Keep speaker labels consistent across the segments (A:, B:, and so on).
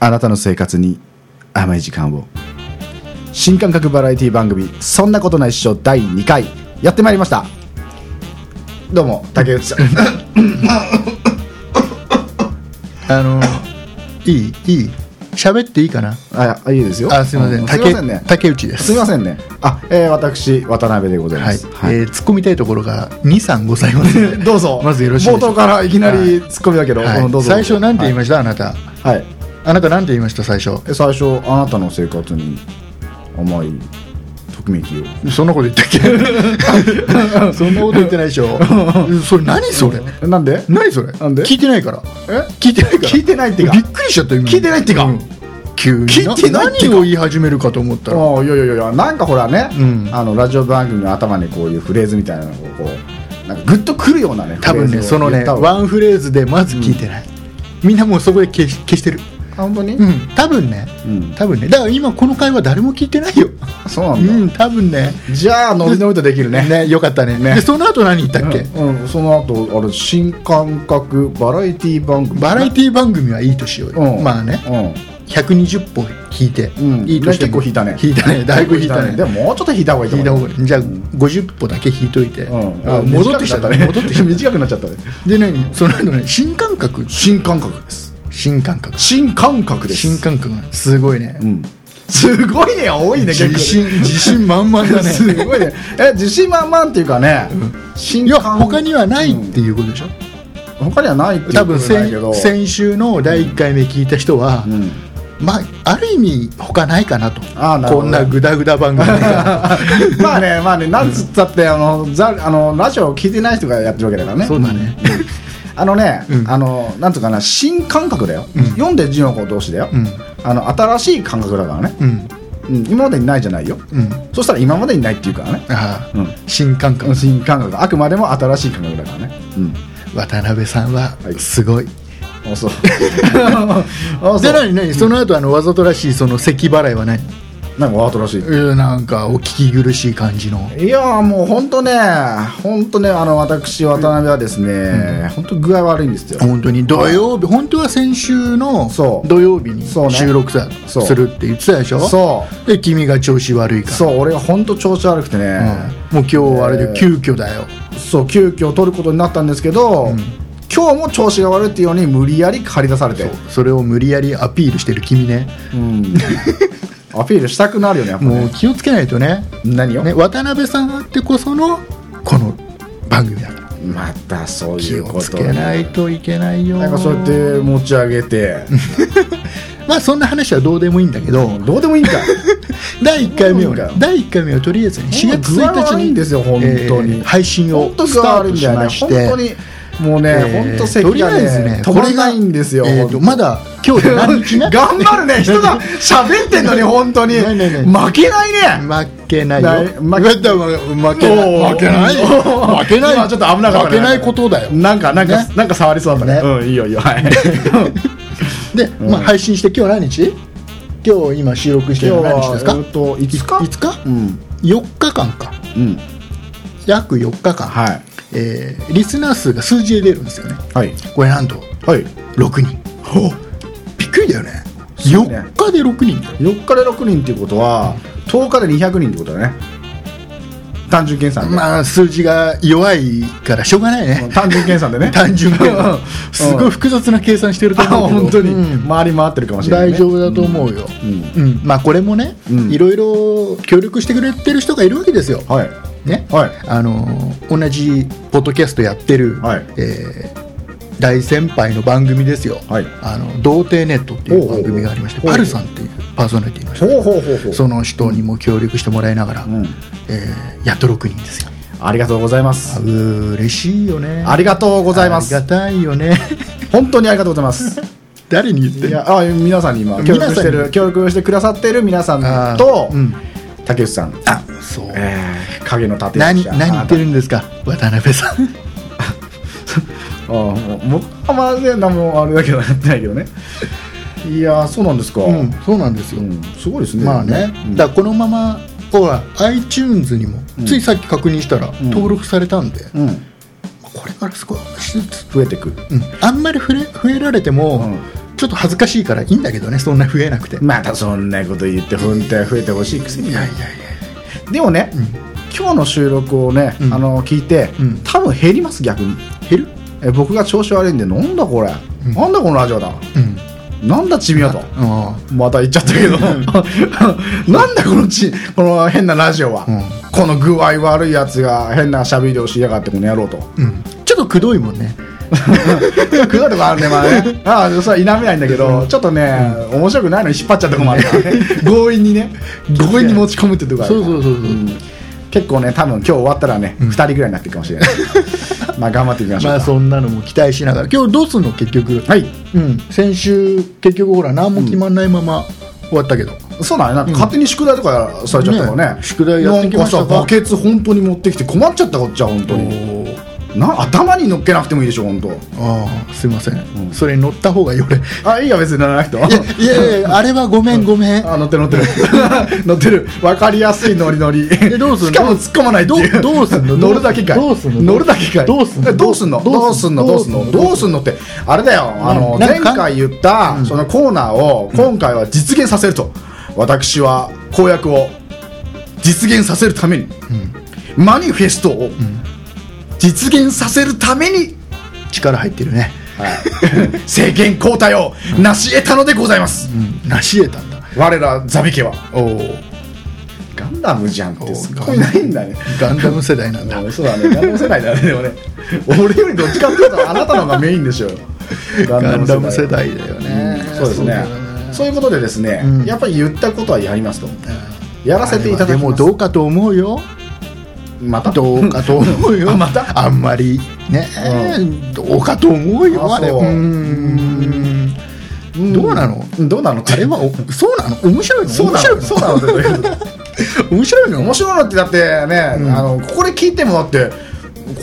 A: あなたの生活に甘い時間を新感覚バラエティ番組「そんなことないっしょ」第2回やってまいりましたどうも竹内さん
B: あのいいいい喋っていいかな
A: ああいいですよ
B: あすいませ
A: うんすいませんね
B: 竹竹内です
A: すいませんねあ、えー私渡辺でございま
B: はい
A: す、はい
B: えー突っ込みたいところが235歳まで
A: どうぞ
B: まずよろしいでしょ
A: 冒
B: うか
A: 頭からいきなり突っ込みだけど、
B: はい
A: うんどうぞ
B: 最初なんて言いました、あなた
A: はい、はい
B: あなたなんて言いました最初
A: え最初あなたの生活に甘いときめ きを
B: そんなこと言ったっけそんなこと言ってないでし ょそれ何それ
A: えなんで
B: 何それ
A: なんで
B: 聞いてないから
A: え
B: 聞いてないから
A: 聞いてないってか
B: びっくりしちゃった今
A: 聞いてないってか
B: うん急に
A: 聞いてないってか
B: 何を言い始めるかと思ったら
A: ああいやいやいやなんかほらね、
B: うん
A: あのラジオ番組の頭にこういうフレーズみたいなのをこうなんかグッとくるようなね
B: 多分
A: フレ
B: ね
A: ーズを
B: その
A: 言
B: ね
A: った方が
B: ワンフレーズでまず聞いてない、みんなもうそこで消し消してる
A: あ本当に、
B: うん多分ね、
A: うん
B: 多分ねだから今この会話誰も聞いてないよ
A: そうな
B: うん
A: だ、
B: ん多分ね
A: じゃあノリノリとできるね
B: ねよかったね
A: ね
B: でその後何言ったっけ、
A: うんうんその後あれ新感覚バラエティ番組
B: バラエティ番組はいいとしようよ、
A: うん
B: まあね
A: うん
B: 120本引いて、
A: うん
B: いいとして
A: ね結構引いたね
B: 引いたねだいぶ引いたね
A: でももうちょっと引いた方がいいと
B: 引いた
A: 思う
B: 方がいいじゃあ50歩だけ引いといて、
A: うん
B: あ
A: あ
B: 戻ってきちゃったね
A: 短くな
B: 戻ってきちゃっ
A: 短くなっちゃったね
B: たで何その後ね新感覚
A: 新感覚です
B: 新感覚
A: 新感覚です
B: 新感覚すごいね、
A: うんすごいね多いね結構
B: 自
A: ね
B: 信自信満々だね
A: すごいねえ自信満々っていうかね、新
B: いや
A: 感
B: 他にはないっていうことでしょ、
A: 他にはないっていうこ
B: 多分
A: とだけど
B: 先先週の第1回目聞いた人は、
A: うん
B: まあある意味他ないかなと
A: あーなるほど
B: こんなグダグダ番組が
A: まあねまあねなんつったってあのザあのラジオを聞いてない人がやってるわけだからね
B: そうだね
A: あのね、
B: うん
A: あのなんつうかな新感覚だよ、読んで字の子同士だよ、
B: うん
A: あの新しい感覚だからね、
B: うん
A: うん今までにないじゃないよ、
B: うん
A: そしたら今までにないっていうからね、
B: あー、
A: うん
B: 新感覚、
A: 新感覚あくまでも新しい感覚だからねうん
B: 渡辺さんは
A: はい
B: すごい、
A: あ そうあそ
B: で
A: う
B: 何何その後あのわざとらしいその咳払いは何、
A: なんかわざとらしい
B: えーなんかお聞き苦しい感じの
A: いやーもう本当ね、本当ね、あの私、渡辺はですね、本当、具合悪いんですよ。
B: 本当に土曜日本当は先週の
A: そう
B: 土曜日に
A: そうね
B: 収録さ
A: そう
B: するって言ってたでしょ
A: そう
B: で君が調子悪いから
A: そう、俺が本当、調子悪くてね、
B: うんもう今日はあれで
A: えー
B: 急遽だよ、
A: そう、急遽取ることになったんですけど、今日も調子が悪いっていうように、無理やり駆り出されて、
B: それを無理やりアピールしてる君ね
A: うん アピールしたくなるよね、やっぱ
B: もう
A: ね。
B: 気をつけないとね
A: 何よ、
B: ね渡辺さんあってこそのこの番組だから
A: またそうい
B: 気
A: う
B: を
A: こ
B: つ
A: と
B: けないといけないよ
A: なんかそうやって持ち上げて、
B: まあそんな話はどうでもいいんだけど
A: どうでもいいんか い。
B: 第1回目を
A: どうでもいいん
B: ね
A: だよ
B: 第1回目をとりあえずね4月
A: もう具合
B: 1
A: 悪
B: 日
A: い
B: に
A: んですよ本当に
B: 配信を
A: 本当
B: スタ
A: が悪い
B: ート
A: ん
B: し
A: だよ
B: ま
A: ね。
B: し
A: 本
B: て
A: 当にもうね、本当咳がね止まらないんですよ。
B: これがえーとまだ今日で 何日ね
A: 頑張るね人が喋ってんのに本当に
B: ねえねえねえ
A: 負けないね。
B: 負けないよ
A: だい負け
B: 負
A: おーおー
B: 負けない
A: 今ちょっと危なかったね
B: 負けないことだよ
A: なんかなんか、
B: ね
A: なんか触りそうだったね。うんいいよいいよ はい。
B: で、まあ、配信して今日何日今日今収録して
A: 今
B: る
A: 日
B: の何日ですか
A: はえっと五日。
B: 5日
A: うん
B: 4日間か
A: うん
B: 約4日間、
A: はい
B: えーリスナー数が数字で出るんですよね
A: はい
B: これなんと
A: はい。
B: 6人びっくりだよね
A: そうね
B: 4日で6人だよ
A: 4日で6人っていうことは10日で200人ってことだね単純計算で、
B: まあ数字が弱いからしょうがないね
A: 単純計算でね
B: 単純計
A: うんう
B: 算
A: ん
B: すごい複雑な計算してると
A: あ
B: 思うけど
A: 本当に、
B: うん
A: 回り回ってるかもしれない、
B: 大
A: ね、
B: 丈夫だと思うよ、
A: うん
B: うんまあこれもね、
A: うん
B: いろいろ協力してくれてる人がいるわけですよ、
A: はい
B: ね
A: はい
B: あのー同じポッドキャストやってる、
A: はい
B: えー大先輩の番組ですよ「
A: はい
B: あの童貞ネット」っていう番組がありまして
A: ほうほう
B: パルさんっていうパーソナリティの人
A: ほうほうほうほう
B: その人にも協力してもらいながら、
A: うん
B: えーやっと6人ですよ
A: ありがとうございま
B: あ
A: す
B: 嬉しいよね
A: ありがとうございま
B: あ
A: す
B: りがたいよね
A: 本当にありがとうございます
B: 誰に言って
A: い
B: んの
A: やあ皆さんに今協力して
B: 皆さん
A: る
B: に
A: 協力してくださってる皆さ
B: あー
A: んと、
B: うん
A: 竹内さん
B: あそう
A: えー、影の盾
B: 何何言ってるんですか渡辺さん
A: ああもう僕はまあね何もあれだけどやってないけどねいやーそうなんですか、う
B: うん
A: ん、
B: そうなんですよ、
A: すごいですね
B: まあね、
A: うん
B: だからこのままほら iTunes にも、ついさっき確認したら、登録されたんで、
A: うん、
B: これからすごいし
A: 増えてく
B: うんあんまり触れ触れられても、
A: うん
B: ちちょっと恥ずかしいからいいんだけどねそんな増えなくて、
A: またそんなこと言って本当は増えてほしいくせに
B: いやいやいや
A: でもね、今日の収録をね、
B: うん
A: あの聞いて、
B: うん
A: 多分減ります逆に
B: 減る
A: え僕が調子悪いんでなんだこれ、
B: うん
A: なんだこのラジオだ
B: うん
A: なんだチミやと
B: あ
A: また言っちゃったけど なんだこのちこの変なラジオは、
B: うん
A: この具合悪いやつが変なしゃべりをしやがってこの野郎と
B: あうんちょっとくどいもんね
A: くどいとこあるねまあねああそれは否めないんだけどちょっとね、面白くないのに引っ張っちゃったとこもあるからね強引にね強引に持ち込むってとこある
B: そ
A: か
B: う
A: ら
B: そうそうそう、
A: うん結構ね多分今日終わったらね、
B: うん
A: 2人ぐらいになってるかも しれないまあ頑張っていきましょう
B: まあ
A: か、
B: そんなのも期待しながら今日どうすんの結局、
A: はい
B: うん、先週結局ほら何も決まんないまま終わったけど、
A: そうだねなんか勝手に宿題とかされちゃったからね,、
B: ね宿題やってきましたか
A: なんかさバケツ本当に持ってきて困っちゃったこっちゃ本当に
B: おー
A: な頭に乗っけなくてもいいでしょ本当
B: ああすいません、
A: うん
B: それに乗った方がよれ
A: あいいよ別にならなくても
B: いやいやいやあれはごめんごめん
A: あ乗ってる乗ってる乗ってる 分かりやすいノリノリ
B: えどうすんの
A: しかも突っ込まないっていう
B: どうどうすんの
A: 乗るだけかい
B: どうすんの
A: 乗るだけかい
B: どうすんの
A: えどうすんのど
B: ど
A: う
B: う
A: す
B: す
A: ん
B: ん
A: の
B: の
A: どうすんのどうすんのってあれだよあの
B: な
A: 前
B: なんか
A: 回言った、
B: うん
A: そのコーナーを今回は実現させると私は公約を実現させるために
B: うん
A: マニフェストを実現させるために、
B: 力入ってるね、
A: 政権交代を成し得たのでございます、
B: うん、成し得たんだ
A: 我らザビ家は
B: おお
A: ガンダムじゃんって
B: お
A: すごいないんだね
B: ガンダム世代なんだ
A: あそうだね、ガンダム世代だね、でもね、俺よりどっちかっていうと、あなたの方がメインでしょうよ、ガ
B: ガンダム世代だよね、
A: そうですね、そういうことで、ですね、
B: うん
A: やっぱり言ったことはやりますと、
B: うん
A: やらせていただき
B: あれはでも
A: ます、
B: どうかと思うよ
A: また、
B: どうかと思うよ
A: あまた
B: あんまりね、どうかと思うよ
A: あ
B: あれ
A: そう
B: うーん
A: ん
B: どうなの
A: うんどうなの
B: あれはおそうなの面白いの
A: そう
B: 面
A: な
B: 白い
A: の、
B: の
A: そうなのどういうこと、
B: 面白いの
A: 面白いのって、だってね、
B: うん
A: あのここで聞いても、だって、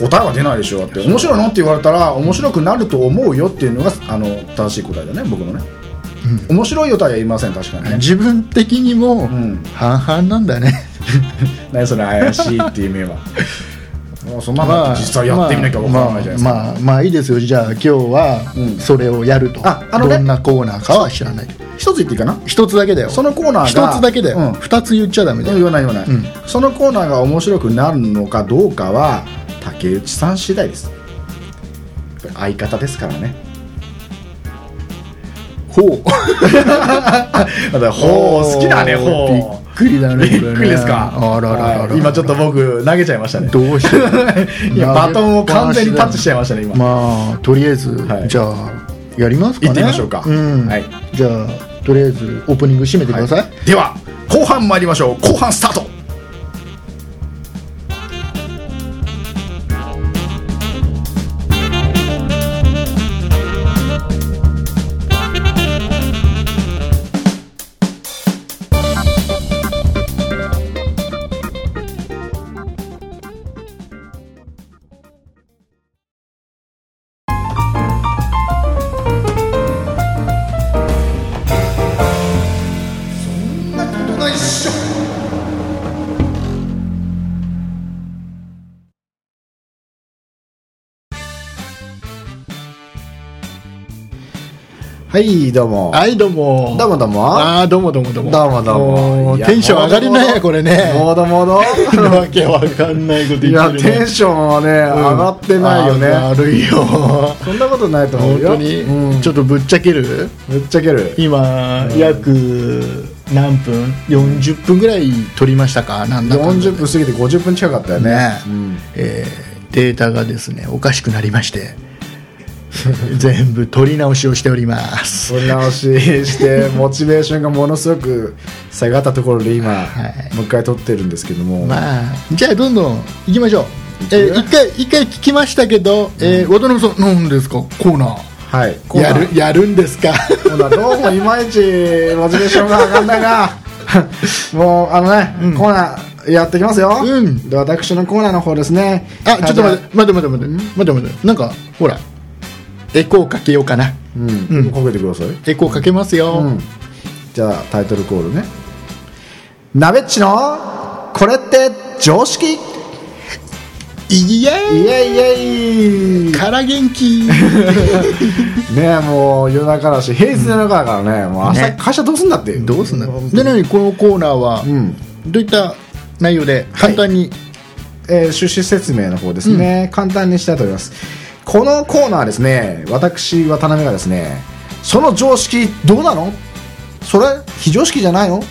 A: 答えは出ないでしょ、だって、面白いのって言われたら、面白くなると思うよっていうのが、あの正しい答えだね、僕のね。面白いよとは言いません、確かにね。
B: 自分的にも
A: ん
B: 半々なんだね、
A: 何それ怪しいっていう 目はもうそんなの実際やってみなきゃ分からないじゃないですか、
B: まあまあ、まあいいですよじゃあ今日
A: うん
B: はそれをやると、
A: ああのね
B: どんなコーナーかは知らない
A: 一つ言っていいかな
B: 一つだけだよ
A: そのコーナー
B: 一
A: が
B: つだけだ
A: う
B: よ
A: ん
B: 二、つ言っちゃダメだ
A: 言
B: よ、
A: わない言わない、
B: うん
A: そのコーナーが面白くなるのかどうかは竹内さん次第です相方ですからね
B: ほう
A: だからほう好きだね
B: び
A: ほ
B: っくりだ
A: う
B: ね
A: びっくりですか
B: あらららら
A: はい今ちょっと僕投げちゃいましたね
B: どうして
A: いやバトンを完全にタッチしちゃいましたね今、
B: まあとりあえず、
A: はい
B: じゃあやりますかね
A: 行ってみましょうか
B: ん
A: はい
B: じゃあとりあえずオープニング締めてください、
A: では後半参りましょう後半スタートはいどうも
B: はいどうも
A: どうもどうも
B: ああどうもどうもどうも
A: どうもどうも
B: おー
A: いや
B: テンション上がりないや
A: も
B: こ
A: うど
B: れ
A: うも
B: ね
A: もうどうもどうも
B: わけわかんないこと
A: い
B: 言
A: や
B: ってるね
A: テンションはね上がってないよ
B: うん
A: ね
B: 上がるよ
A: そんなことないと思う
B: 本
A: よ
B: 当に、
A: うん
B: ちょっとぶっちゃける
A: ぶっちゃける
B: 今、約何分40分ぐらい取りましたかなんだかんだ
A: 40分過ぎて50分近かったよね
B: ね、
A: うん
B: えーデータがですねおかしくなりまして 全部取り直しをしており ます
A: 取り直し してモチベーションがものすごく下がったところで今
B: はい
A: もう一回撮ってるんですけども
B: まあじゃあどんどん行きましょう
A: く
B: えー一回一回聞きましたけど、えー渡辺さん何ですかコーナー
A: はい
B: やるやるんです か
A: コーナーどうもいまいちモチベーションが上がんないな もうあのね、コーナーやってきますよ、
B: うん
A: で私のコーナーの方ですね、
B: あちょっと待ってて待って待って待って待って待ってなんかほらエコーかけようかな
A: うん
B: うん
A: かけてください
B: エコーかけますよ、
A: うん、じゃあタイトルコールね「なべっちのこれって常識」
B: イエ
A: イ
B: ー
A: エイイエイ
B: イから元気
A: ねえもう夜中だし平日の夜中だからねもう朝、
B: ね
A: 会社どうすんだって
B: どうすんだで
A: で
B: な
A: ね
B: にこのコーナーは、
A: うん
B: どういった内容で簡単に、
A: えー趣旨説明の方ですね、簡単にしたいと思いますこのコーナーですね私渡辺がですねその常識どうなのそれ非常識じゃないの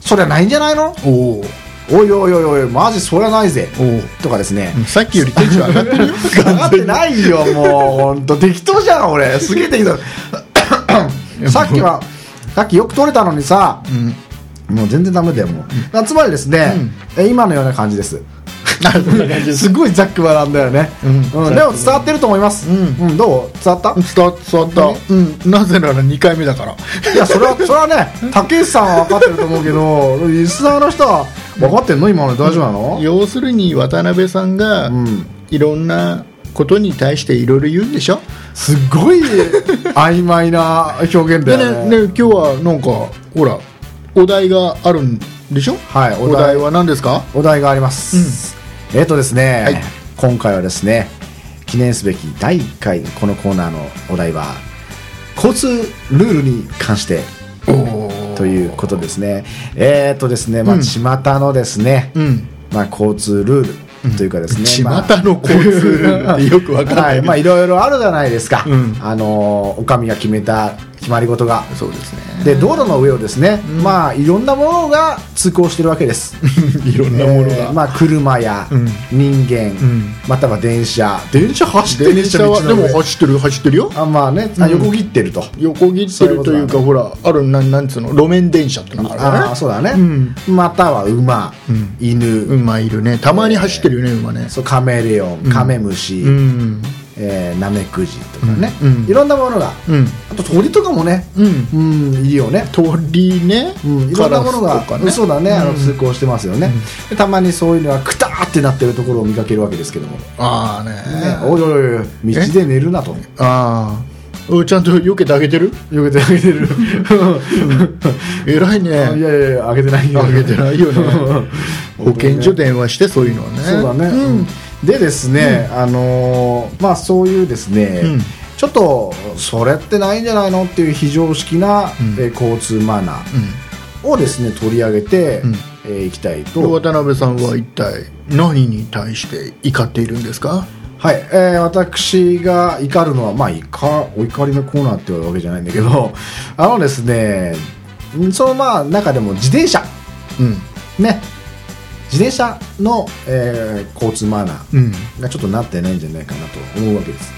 A: それはないんじゃないの
B: おおお
A: おいおいおいおいマジそりゃないぜ
B: お
A: とかですね
B: さっきよりテンション上がってるよ
A: 上がってないよもう本当適当じゃん俺すげえ適当さっきはさっきよく取れたのにさ
B: うん
A: もう全然ダメだよもう、あつまりですね、え今のような感じです
B: あこんな感じ です
A: すごいざっくばらんだよね、
B: う
A: うんんでも伝わってると思います、
B: う
A: うんどう伝わった
B: 伝わった伝わった、うん、なぜなら2回目だから
A: いやそれはそれはね竹内さんは分かってると思うけどリスナーの人は分かってんの今ので大丈夫なの、
B: 要するに渡辺さんが、
A: うん
B: いろんなことに対していろいろ言うんでしょ
A: すっごい曖昧な表現だ
B: で
A: よ
B: ね
A: ね
B: ね今日はなんかほらお題があるんでしょ
A: はい
B: お題
A: お題
B: は何ですか
A: お題があります、えっ、とですね、
B: はい
A: 今回はですね記念すべき第1回このコーナーのお題は交通ルールに関してということですねえっ、とですねまあ
B: うん
A: 巷のですね、
B: うん
A: まあ、交通ルールというかですね、
B: 巷
A: まあ
B: の交通ルールってよくわかんな
A: はい
B: け
A: い、
B: ど
A: まあいろいろあるじゃないですか、
B: うん
A: あのお上が決めた決まり事が
B: そうですね
A: で道路の上をですね、まあいろんなものが通行してるわけです
B: いろんなものが、
A: えーまあ、車や
B: うん
A: 人間、
B: ん
A: または電車電車走ってる
B: 電車は
A: 道の
B: で
A: 上
B: も走ってる走ってるよ
A: あまあねあ
B: うん
A: 横切ってると、
B: 横切ってるというか
A: そういう
B: ほらあるなんなんつうの路面電車ってのがあるか
A: あ
B: らね
A: あそうだね、
B: うん
A: または馬、
B: うん
A: 犬、
B: 馬いるねたまに走ってるよね馬ね
A: そうカメレオンカメムシ、
B: うん
A: えーナメクジとかね、
B: うん
A: いろんなものが、
B: うん
A: あと鳥とかもね
B: うん
A: うんいいよね
B: 鳥ね、
A: うん、いろんなもの
B: カ
A: が
B: ラスとかね
A: そうだね、あ
B: う
A: の
B: ん
A: 通行してますよね、でたまにそういうのはクターってなってるところを見かけるわけですけども、ね
B: ああね
A: おいおいおい道で寝るなと
B: ああおちゃんと避けてあげてる
A: よけてあげて る
B: 偉い
A: い
B: ね
A: やいやいやあげてないよ
B: あげてないよね保健所電話してそういうのはね
A: そうだね、うんでですね、あのーまあそういうですね、
B: うん
A: ちょっとそれってないんじゃないのっていう非常識な、
B: うん
A: えー交通マナーをですね取り上げて、
B: うん
A: えーいきたい
B: うん
A: と
B: 渡辺さんは一体何に対して怒っているんですか
A: はい、えー私が怒るのはまあ怒お怒りのコーナーってわけじゃないんだけど あのですねんそのまあ中でも自転車
B: うん
A: ね自転車の、えー交通マナー
B: うん
A: がちょっとなってないんじゃないかなと思うわけです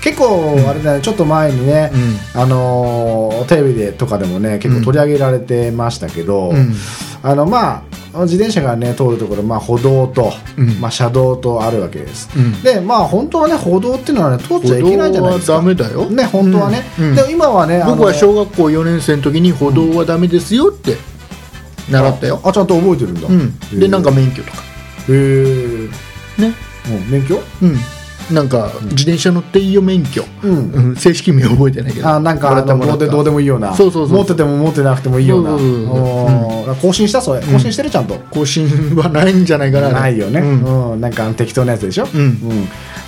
A: 結構あれだね、ちょっと前にね、あのーテレビでとかでもね結構取り上げられてましたけど、
B: うん
A: あのまあ自転車がね通るところ、まあ、歩道と、
B: うん
A: まあ、車道とあるわけです、
B: うん
A: でまあ本当はね歩道っていうのはね通っちゃいけないんじゃないですか
B: 歩道はダメだよ
A: ね本当はね、
B: うんうん
A: でも今はねあの
B: 僕は小学校4年生の時に歩道はダメですよって習ったよ、
A: あちゃんと覚えてるんだ、
B: うん、
A: へ
B: で
A: え
B: なんか免許とか
A: へえ
B: ね
A: うん免許
B: うん、なんか自転車乗っていいよ免許、
A: うん
B: うん正式名覚えてないけど
A: あなんか
B: もら
A: あ
B: った
A: の
B: もら
A: ど
B: っ
A: う
B: た
A: でどうでもいいような
B: そうそうそう
A: 持ってても持ってなくてもいいような
B: そうそうそうそう
A: おー更新したそれ更新してるちゃんと、
B: 更新はないんじゃないかな
A: ないよね、
B: う
A: うんんなんかあの適当なやつでしょ、
B: うん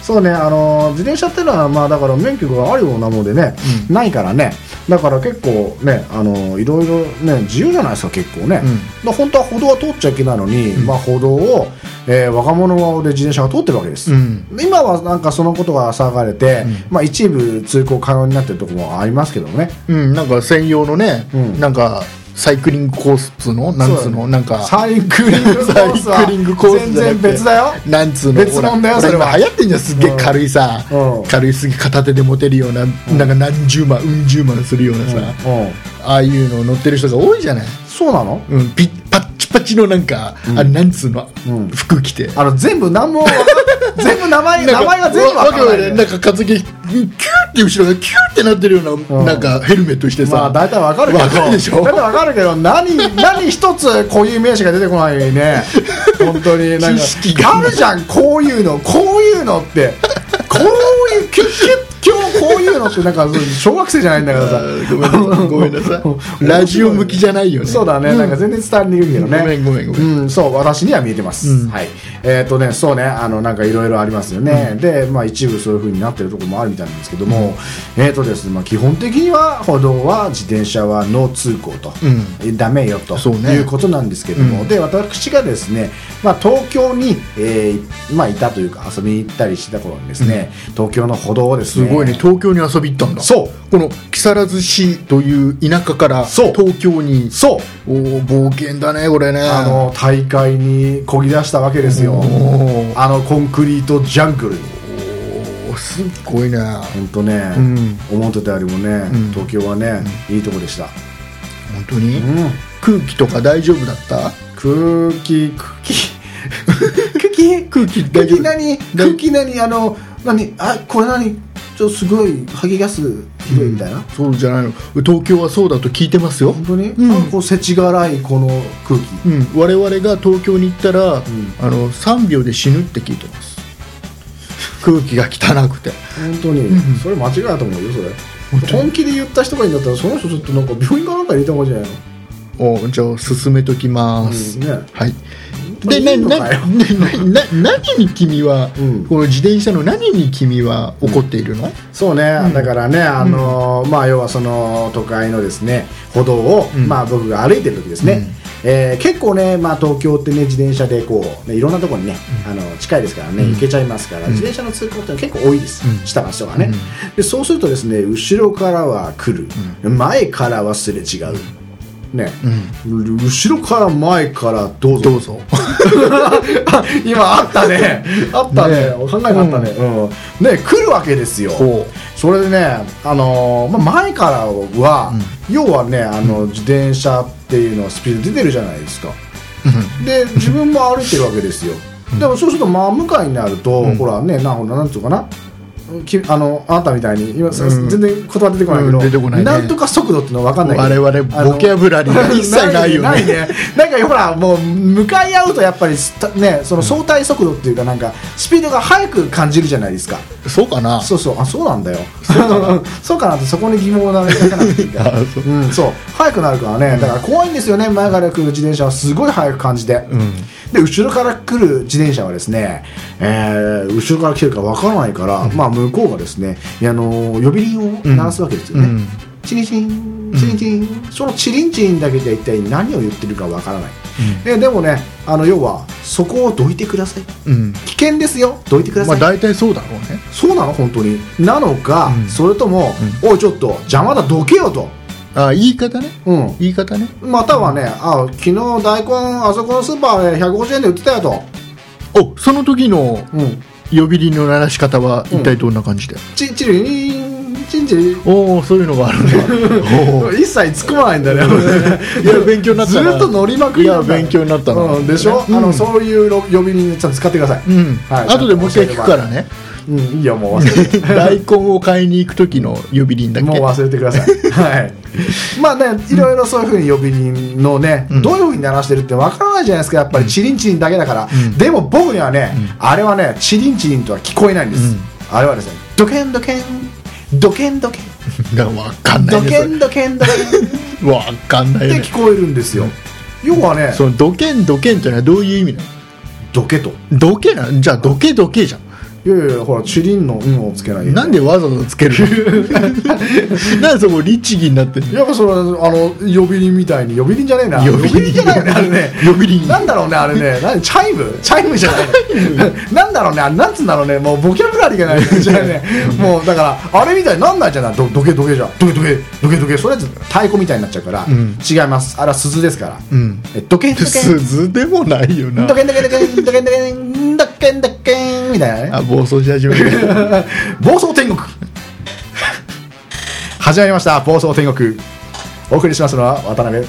A: そうね、あのー自転車ってのはまあだから免許があるようなもんでね、
B: う
A: ないからねだから結構ね、あのーいろいろね自由じゃないですか結構ね、
B: うん
A: だから本当は歩道は通っちゃいけないのに、まあ、歩道を、えー若者側で自転車が通ってるわけです、
B: うん
A: 今はなんかそのことが騒がれて、まあ、一部通行可能になってるところもありますけどもね、
B: うん、なんか専用のね、
A: うん
B: なんかサイクリングコースっつうのなんつうのなんか
A: サイクリングコースは
B: サイクリングコー
A: 全
B: スじゃなく
A: 然
B: て
A: 別だよ
B: なんつうの
A: 別物だよ
B: ほら
A: それは
B: ほら今流行ってんじゃんすっげえ軽いさ、
A: うん
B: 軽いすぎ片手で持てるような,、なんか何十万うん十万するようなさ、あ
A: うん
B: あいうのを乗ってる人が多いじゃない、
A: そうなの
B: うん、ピッパッチパチのなんか、あれなんつうの、
A: うん
B: 服着て
A: あの全部 何もわかん全部名前名
B: なんか
A: 前が全部わからな
B: わわ
A: いね、
B: けわかんないなんか担ぎキューって後ろがキューってなってるような、
A: うん
B: なんかヘルメットしてさ、
A: まあ大体わかるけど
B: わかるでしょ
A: 大体わかるけど何何一つこういう名詞が出てこないね本当になんか
B: 知識が
A: あるじゃんこういうのこういうのってこういうキュッキュッ今日こういうのってなんかそう小学生じゃないんだからさ
B: ごめんなさいごめんな さいラジオ向きじゃないよね
A: そうだね、なんか全然伝わりにくいけどね
B: ごめんごめんごめ
A: うん、そう私には見えてます、
B: うん
A: はいえっ、とねそうねあのなんかいろいろありますよね、でまあ一部そういう風になってるところもあるみたいなんですけども、えっ、とですね、まあ、基本的には歩道は自転車はノー通行と、
B: うん
A: えダメよと、
B: そうね
A: いうことなんですけども、
B: うん
A: で私がですね、まあ、東京に、えーまあ、いたというか遊びに行ったりしてた頃にですね、東京の歩道をです
B: す
A: ね
B: ごいね東京に遊び行ったんだ
A: そう
B: この木更津市という田舎から
A: そう
B: 東京に
A: そう
B: おお冒険だねこれね
A: あの大会にこぎ出したわけですよ
B: おー
A: あのコンクリートジャングルに
B: おすっごいね
A: 本当ね、
B: うん
A: 思ってたよりもね、
B: ん
A: 東京はね、いいとこでした、
B: 本当に、
A: うん、
B: 空気とか大丈夫だった
A: 空気空気空気
B: 空気
A: 空
B: 大丈
A: 気
B: 夫
A: 何
B: 大
A: 空気何あの何あこれ何ちょっとすごい吐きガスひどいみたいな、
B: そうじゃないの東京はそうだと聞いてますよ
A: 本当に、
B: うん
A: あこうせちがらいこの空気
B: うん、我々が東京に行ったら、あの3秒で死ぬって聞いてます空気が汚くて
A: 本当に、それ間違いだと思うよそれ本気で言った人がいいんだったらその人ちょっとなんか病院かなんか入れた方がいいんじゃないの
B: おじゃあ進めときます、
A: うんね
B: はい
A: 当
B: で
A: に
B: ない
A: いの
B: な
A: か
B: な
A: よ
B: な何に君は、
A: うん
B: この自転車の何に君は怒っているの、
A: そうね、だからね、あのーまあ、要はその都会のですね歩道を、
B: ん
A: まあ、僕が歩いてる時ですね、えー結構ね、まあ、東京ってね自転車でこう、ね、いろんなところにね、あの近いですからね、行けちゃいますから、自転車の通行ってのは結構多いです、
B: うん
A: 下の人がね、でそうするとですね後ろからは来る、前からはすれ違う。ね、後ろから前からどうぞ
B: どうぞ
A: あ今あった ねあったね
B: ね
A: 考えがあったね、うんね来るわけですよ
B: ほ
A: それでね、あのーまあ、前からは、要はねあの自転車っていうのはスピード出てるじゃないですかで自分も歩いてるわけですよでもそうすると真向かいになると、ほらねなほらなんていうかなきあのあなたみたいに今、全然言葉出てこないけど、
B: うん出てこないね
A: んとか速度ってのは分かんないけど
B: 我々ボキャブラリ ーが一切ないよね
A: ないねなんかほらもう向かい合うとやっぱりすねその相対速度っていうかなんかスピードが速く感じるじゃないですか
B: うそうかな
A: そうそうあそうなんだよ そうかなってそこに疑問を投げかけなくていいから
B: あそう
A: うん、そう速くなるからね、だから怖いんですよね前から来る自転車はすごい速く感じて、
B: ん
A: で後ろから来る自転車はですね、えー後ろから来てるかわからないから、まあ向こうがですねいやあのー呼び鈴を鳴らすわけですよね、
B: うん
A: チリンチリンチリンチリン、そのチリンチリンだけで一体何を言ってるかわからない、ででもねあの要はそこをどいてください
B: うん
A: 危険ですよどいてくだ
B: ま
A: さ
B: あ
A: い、
B: 大体そうだろうね
A: そうなの本当になのか、
B: うん
A: それとも、おいちょっと邪魔だどけよと、
B: あ言い方ね
A: うん、
B: 言い方ね
A: またはねあ昨日大根あそこのスーパーで150円で売ってたよと、
B: おその時の
A: うん、
B: 呼び鈴の鳴らし方は一体どんな感じで、
A: チンチリンチンチリン
B: おおそういうのがあ るんだおー
A: 一切突っ込まないんだね
B: いや勉強になった
A: ず
B: な
A: っと乗り まくりなんだ
B: いや勉強になったな
A: うん、でしょ、
B: うん
A: あのそういうろ呼び鈴ちゃんと使ってください、
B: うん、
A: はい
B: 後でもう一回聞くからね
A: うん、いいよもう忘れて
B: 大根を買いに行く時の呼び鈴だっ
A: もう
B: け
A: 忘れてくださ いはいまあねいろいろそういうふうに呼び鈴のね、
B: ん
A: どういうふうに鳴らしてるってわからないじゃないですかやっぱりチリンチリンだけだから、
B: うん
A: でも僕にはね、あれはねチリンチリンとは聞こえないんです、
B: うん
A: あれはですねドケンドケンドケンドケン
B: だから分かんな
A: ド
B: いね
A: ケンドケンドケンっ
B: それ分かんないよ
A: て
B: ね
A: 聞こえるんですよ、要はね
B: そのドケンドケンってのはどういう意味な
A: ドケと
B: のドケなのじゃあドケドケじゃん
A: いやいやほらチリンの「ん」をつけないよ
B: なんでわざわざつける のなんでそこ律儀になってんの
A: やっぱそれあの呼び鈴みたいに呼び鈴じゃねえな
B: 呼び鈴
A: じゃないよねあれね
B: 呼び鈴
A: なんだろうねあれね何チャイムチャイムじゃないなんだろうねあれなんつうんだろうねもうボキャブラリーがないじゃあねもうだからあれみたいになんないじゃないどどけどけじゃんどけどけどけどけそれじゃ太鼓みたいになっちゃうから、
B: ん
A: 違いますあれは鈴ですから、
B: うん
A: えどけどけ
B: 鈴でもないよな
A: どけどけどけどけどけどけどけみたいなね
B: あ暴走し始める
A: 暴走天国始まりました暴走天国お送りしますのは渡辺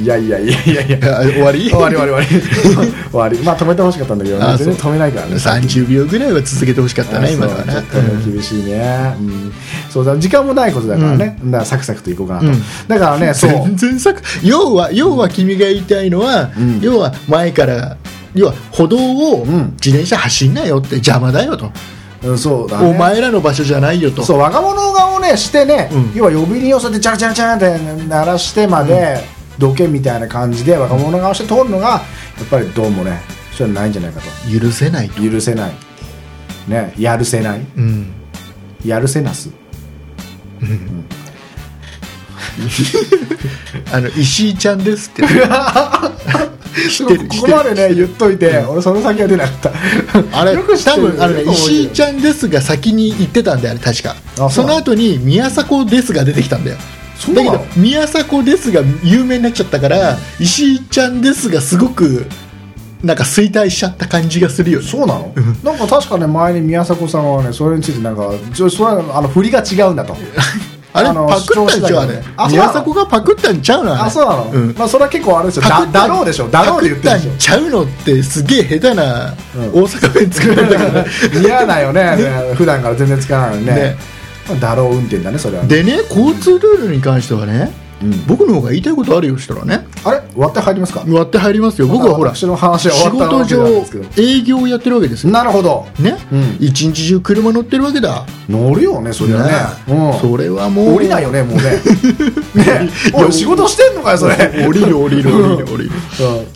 A: いやいやいやいやいや
B: あ終わ り
A: 終わり終わり終わり 終わりまあ止めてほしかったんだけどね
B: あ
A: 全然
B: そ
A: 止
B: う
A: めないからね
B: 30秒ぐらいは続けてほしかっ
A: あ
B: たね
A: そう
B: 今のはね
A: ちょっとね厳しいね、うん、そうだ時間もないことだからね、だからサクサクといこうかなと、
B: うん
A: だからねそう
B: 全然さ要は要は君が言いたいのは、
A: ん
B: 要は前から要は歩道を
A: ん
B: 自転車走んなよって邪魔だよと、
A: うん、そうだね
B: お前らの場所じゃないよと
A: そう若者顔をねしてね、
B: うん
A: 要は呼び鈴をそうやってチャラチャラチャラって鳴らしてまで、どけみたいな感じで若者顔して通るのがやっぱりどうもねそういうのないんじゃないかと
B: 許せないと、
A: 許せないねやるせない
B: うん、
A: やるせなす
B: あの石井ちゃんです って、
A: す
B: 知っ
A: ご
B: て
A: い
B: る
A: ここまでね言っといて、俺その先は出なかった
B: あれ
A: よく知って
B: 多
A: る
B: 分あれ、ね、石井ちゃんですが先に言ってたんだよね確か
A: あそ
B: そうの
A: なの
B: 後に宮迫ですが出てきたんだよ
A: そう
B: だ
A: な
B: け
A: の
B: ど宮迫ですが有名になっちゃったから、石井ちゃんですがすごくなんか衰退しちゃった感じがするよね
A: そうなのなんか確かね前に宮迫さんはねそれについてなんかちょそれはあの振りが違うん だと
B: あれ
A: あの
B: パクった
A: 主張して
B: んちゃうあ
A: たけど
B: れ
A: ねあそうな
B: 宮
A: の
B: 迫がパクったんちゃうのれ
A: あそうなの、
B: うん
A: まあそれは結構あれですよだだろうでしょだろうで言ってる
B: パ
A: でし
B: クっ
A: ょ
B: たんちゃうのってすげえ下手な
A: うん
B: 大阪弁作られたから、
A: 嫌だよ ねね普段から全然使わないのにね
B: ね
A: まあだろう運転だねそれはね
B: でね交通ルールに関してはね、
A: うん
B: 僕の方が言いたいことあるよしたらね
A: あれ割って入りますか
B: 割って入りますよ僕はほら
A: 私
B: 仕
A: の話は終わったわ
B: 事
A: けなんですけ
B: 上
A: ど
B: 営業をやってるわけですよ
A: なるほど
B: ね、
A: うん
B: 一日中車乗ってるわけだ
A: 乗るよねそれはねうん
B: それはもう
A: 降りないよね もうねね
B: いや
A: おい仕事してんのかよそれ
B: 降りる降りる降りる降りる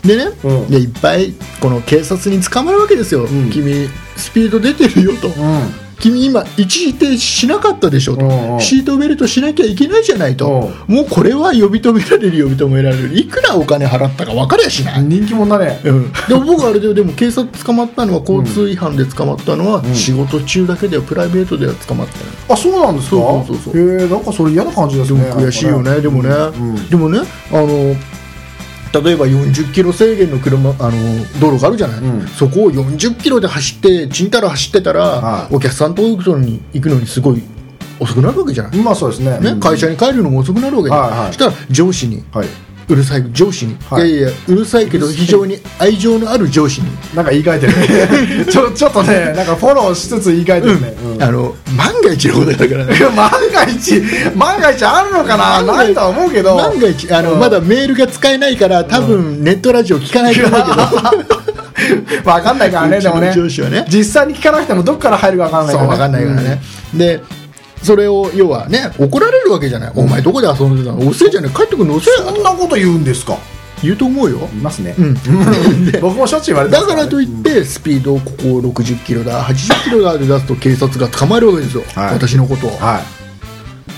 A: う
B: でね、
A: うん
B: でいっぱいこの警察に捕まるわけですよ、
A: ん
B: 君スピード出てるよと、
A: んうん
B: 君今一時停止しなかったでしょと、
A: うんうん
B: シートベルトしなきゃいけないじゃないと、
A: う
B: もうこれは呼び止められる呼び止められるいくらお金払ったか分かりゃしない、
A: 人気者だね
B: うん、でも僕あれだよでも警察捕まったのは交通違反で捕まったのは仕事中だけではプライベートでは捕まってな
A: あ
B: い
A: そうなんですか
B: そうそうそうそう
A: へえなんかそれ嫌な感じですね
B: 悔しいよ
A: なん
B: ね
A: か
B: でもね、
A: うん
B: でもねあの例えば40キロ制限の車あの道路があるじゃない、
A: うん
B: そこを40キロで走ってちんたら走ってたら、
A: はい
B: お客さんと行くのに行くのにすごい遅くなるわけじゃない、
A: まあそうですね
B: ね
A: うん
B: 会社に帰るのも遅くなるわけじゃない、
A: はいはい
B: そしたら上司に
A: はいう
B: るさい上司に、
A: はい
B: い、やいやうるさいけど非常に愛情のある上司に、
A: なんか言い換えて るねちょちょっとねなんかフォローしつつ言い換えてるねうん
B: あの万が一のことだからね
A: いや万が一万が一あるのかな
B: 万が一
A: ないとは思 うけど
B: 万が一あの、
A: うん
B: まだメールが使えないから多分ネットラジオ聞かないと思う けど、
A: わかんないからね
B: うち
A: で
B: の
A: もね
B: 上司はね
A: 実際に聞かなくてもどっから入るかわかんない
B: そう分かんないからね、でそれを要はね怒られるわけじゃない、お前どこで遊んでたの遅いじゃない帰ってくるの遅い
A: うんそんなこと言うんですか
B: 言うと思うよ
A: いますね
B: うん
A: 僕もしょっちゅう言われてま
B: だ
A: す
B: からと
A: ね
B: いってスピードをここ60キロだ80キロだで出すと警察が捕まえるわけですよ、
A: はい
B: 私のことを、
A: は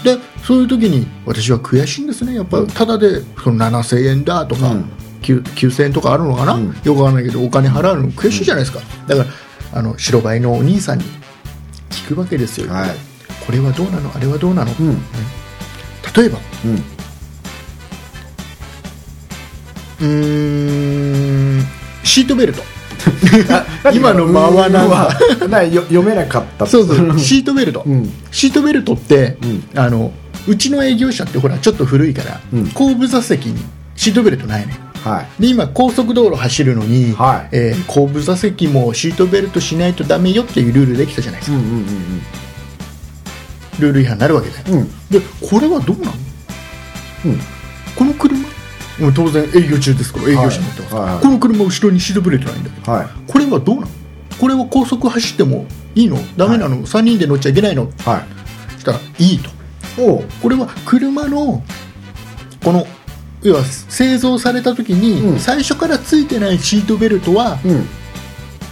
B: でそういう時に私は悔しいんですねやっぱただでその7000円だとか、
A: うん
B: 9 9000円とかあるのかな、
A: うん
B: よくわかんないけどお金払うの悔しいじゃないですか、だからあの白バイのお兄さんに聞くわけですよ、
A: はい
B: これはどうなのあれはどうなの、
A: いうん
B: 例えば
A: うん
B: うーんシートベルト今の間はな んだ
A: うんなよ読めなかった
B: そうそうシートベルト、
A: うん
B: シートベルトって、
A: う
B: あのうちの営業車ってほらちょっと古いから、
A: うん
B: 後部座席にシートベルトないね
A: はい
B: で今高速道路走るのに、
A: はい
B: えー後部座席もシートベルトしないとダメよっていうルールできたじゃないです
A: う
B: か、
A: んうんうん
B: ルール違反になるわけだよ、
A: うんうん
B: でこれはどうなの、
A: うん
B: この車もう当然営業中ですから営業車乗ってますから、
A: はいはい
B: この車後ろにシートベルトないんだけど
A: はい
B: これはどうなのこれは高速走ってもいいのダメなの、3人で乗っちゃいけないのって
A: はい
B: 言ったらいいと
A: おう
B: これは車のこの要は製造された時に、
A: うん
B: 最初からついてないシートベルトは
A: うん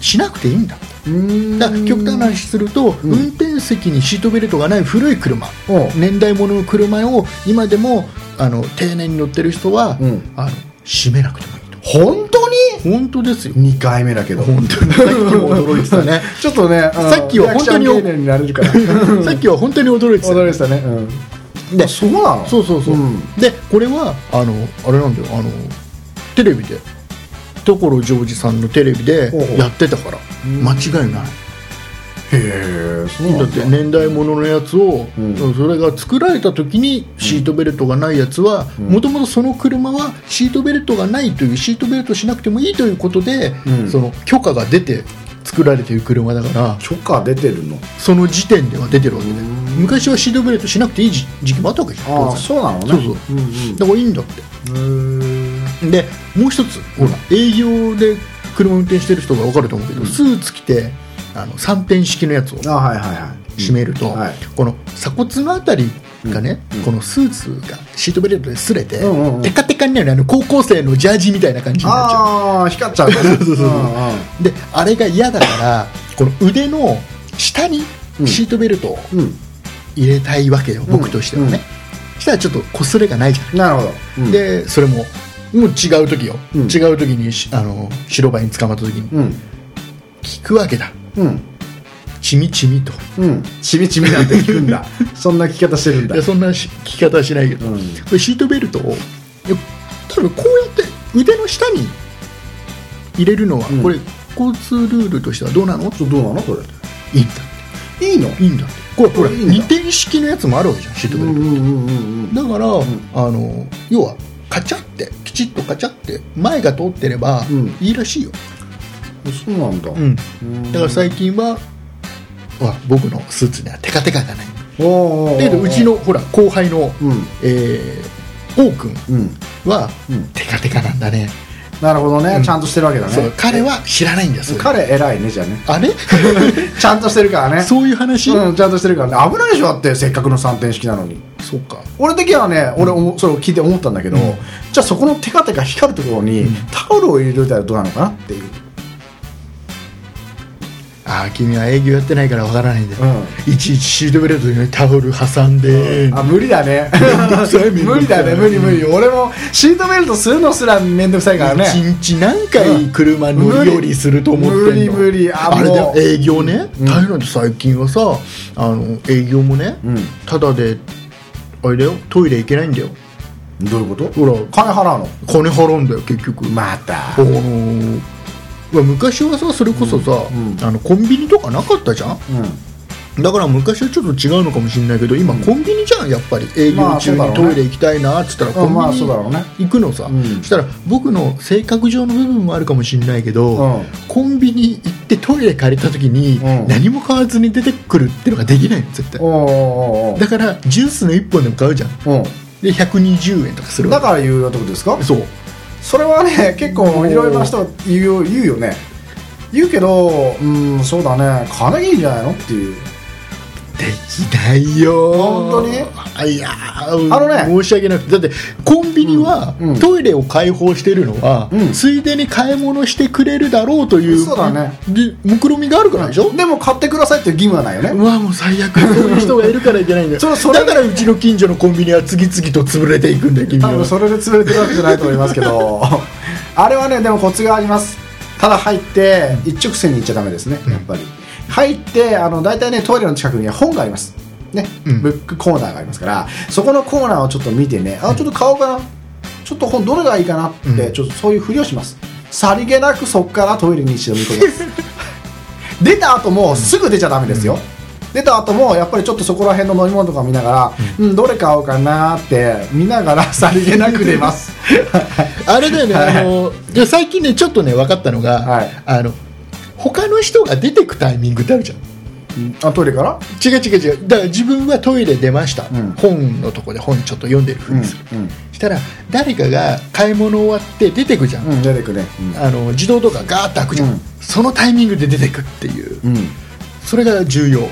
B: しなくていいんだ
A: うん
B: だから極端な話すると、
A: ん
B: 運転席にシートベルトがない古い車
A: おう
B: 年代物の車を今でもあの丁寧に乗ってる人は、
A: うん
B: あの閉めなくてもいいと
A: 本当に
B: 本当ですよ
A: 二回目だけど
B: 本当にさっきも驚いてたね
A: ちょっとねあの
B: さっきは本当に
A: リアクション丁寧になれるから
B: さっきは本当に驚いてた
A: 驚いてたねうん
B: で
A: あそうなの
B: そうそうそう、
A: ん
B: でこれはあのあれなんだよあのテレビで所ジョージさんのテレビで
A: ほうほう
B: やってたから
A: ん
B: 間違いない
A: へえそう
B: だ
A: な
B: っ
A: んだ
B: て年代物のやつを、
A: うん
B: それが作られた時にシートベルトがないやつはもともとその車はシートベルトがないというシートベルトしなくてもいいということで、
A: うん
B: その許可が出て作られている車だから
A: 許可出てるの
B: その時点では出てるわけで昔はシートベルトしなくていい時時期もあったわけじゃん
A: あ
B: 当
A: あ
B: 然
A: そうなのね
B: そうそうだからいいんだって
A: うんうん
B: でもう一つほら営業で車運転してる人が分かると思うけど、スーツ着てあの3点式のやつを
A: あはいはいはい
B: 締めると、
A: はい
B: この鎖骨のあたりがね、このスーツがシートベルトで擦れて、
A: うんうんうん
B: テカテカになるあの高校生のジャージみたいな感じになっちゃ
A: ああ光っちゃうね
B: そうそうそううであれが嫌だからこの腕の下に
A: うん
B: シートベルトを
A: うんうん
B: 入れたいわけよ、僕としてはね、したらちょっと擦れがないじゃん、
A: うんなるほど、うん、
B: でそれももう違う時よ、
A: うん
B: 違う時にしあの白バイに捕まった時に
A: うん
B: 聞くわけだ
A: うん
B: ちみちみと
A: うんちびちびなんて聞くん だそんな聞き方してるんだ
B: いやそんなし聞き方はしないけど、
A: うん
B: これシートベルトをいや多分こうやって腕の下に入れるのは、
A: うん
B: これ交通ルールとしてはどうなの
A: ちょどうなのこ
B: いいんだ
A: れいいの
B: いいんだこれほら
A: いいんだ
B: 二点式のやつもあるわけじゃんシー
A: う
B: ト
A: ん
B: ベ
A: う
B: ル
A: ん
B: ト、
A: うんうん
B: だから、
A: ん
B: あの要はカチャってきちっとカチャって前が通ってれば
A: うん
B: いいらしいよ、
A: うんそうなんだ、
B: うん
A: うん
B: だから最近はわ僕のスーツにはテカテカがない
A: おーおーおー
B: だけどうちのほら後輩の、
A: うん
B: えー、王君
A: うん
B: は、
A: うん
B: テカテカなんだね
A: なるほどね、
B: うん
A: ちゃんとしてるわけだ
B: そう
A: ね
B: 彼は知らないんだよそれ
A: 彼偉いねじゃあね
B: あれ
A: ちゃんとしてるからね
B: そういう話、
A: うん、ちゃんとしてるからね危ないでしょだってせっかくの3点式なのに
B: そうか
A: 俺的にはね俺おもそれを聞いて思ったんだけど、
B: うん
A: じゃあそこのテカテカ光るところに、
B: うん
A: タオルを入れといたらどうなのかなっていう、
B: ああ君は営業やってないからわからないんだよ、
A: う
B: いちいちシートベルトにタオル挟んで、
A: あ無理だね無理だね無理無理俺もシートベルトするのすら面倒くさいからね
B: 一日何回車乗り降りすると思ってんの
A: 無理無理あ
B: あれだ
A: も
B: よ
A: う
B: 営業ね
A: うん
B: 大変なんで最近はさあの営業もね、
A: うん
B: ただであれだよトイレ行けないんだよ
A: どういうこと
B: ほら
A: 金払うの
B: 金払うんだよ結局、
A: また
B: あのーうわ昔はさそれこそさ、
A: んうん
B: あのコンビニとかなかったじゃん
A: う
B: だから昔はちょっと違うのかもしれないけど今コンビニじゃんやっぱり営
A: ま
B: 業
A: あそ
B: 中
A: うだろう
B: に
A: ね
B: トイレ行きたいなっつったらコ
A: うんまあ
B: ンビ
A: そうだろうね
B: ニ行くのさ、
A: うん
B: そしたら僕の性格上の部分もあるかもしれないけど、
A: うん
B: コンビニ行ってトイレ借りた時に
A: うん
B: 何も買わずに出てくるってのができないの絶対
A: んおーおーおー
B: だからジュースの1本でも買うじゃん
A: う
B: で120円とかす
A: ん
B: る
A: だ
B: わ
A: から有料ってことですか
B: けそう
A: それはね結構いろいろな人が言うよ言うよね言うけどうんそうだね金いいんじゃないのっていう
B: できないよ
A: 本当に
B: あいやー
A: あのね
B: 申し訳なくてだってコンビニは、
A: うんうん
B: トイレを開放してるのは、
A: うん
B: ついでに買い物してくれるだろうという
A: そうだね
B: で目論みがあるからでしょ、
A: でも買ってくださいっていう義務はないよ
B: う
A: ね
B: わもう最悪そういう人がいるからいけないんだよ
A: それそれ
B: だからうちの近所のコンビニは次々と潰れていくんだよ君
A: 多
B: は
A: 分それで潰れてるわけじゃないと思いますけ どあれはねでもコツがありますただ入って一直線に行っちゃダメですねやっぱり入ってあの大体ねトイレの近くには本がありますね、
B: うん
A: ブックコーナーがありますからそこのコーナーをちょっと見てねあちょっと買おうかなちょっと本どれがいいかなって、
B: うん
A: ちょっとそういうふりをしますさりげなくそこからトイレに一度見込みます出た後もすぐ出ちゃダメですよ、出た後もやっぱりちょっとそこら辺の飲み物とか見ながら、うん、どれ買おうかなーって見ながらさりげなく出ます
B: あれだよね、
A: はい
B: あのいや最近ねちょっとね分かったのが、
A: はい
B: あの他の人が出てくタイミングってあるじゃん
A: あトイレから
B: 違う違う違うだから自分はトイレ出ました、
A: うん
B: 本のとこで本ちょっと読んでるふ
A: うん
B: りする、したら誰かが買い物終わって出てくじゃん、
A: うん出てくね
B: あの自動ドアがガーッと開くじゃん、
A: うん
B: そのタイミングで出てくっていう
A: うん、うん、
B: それが重要うん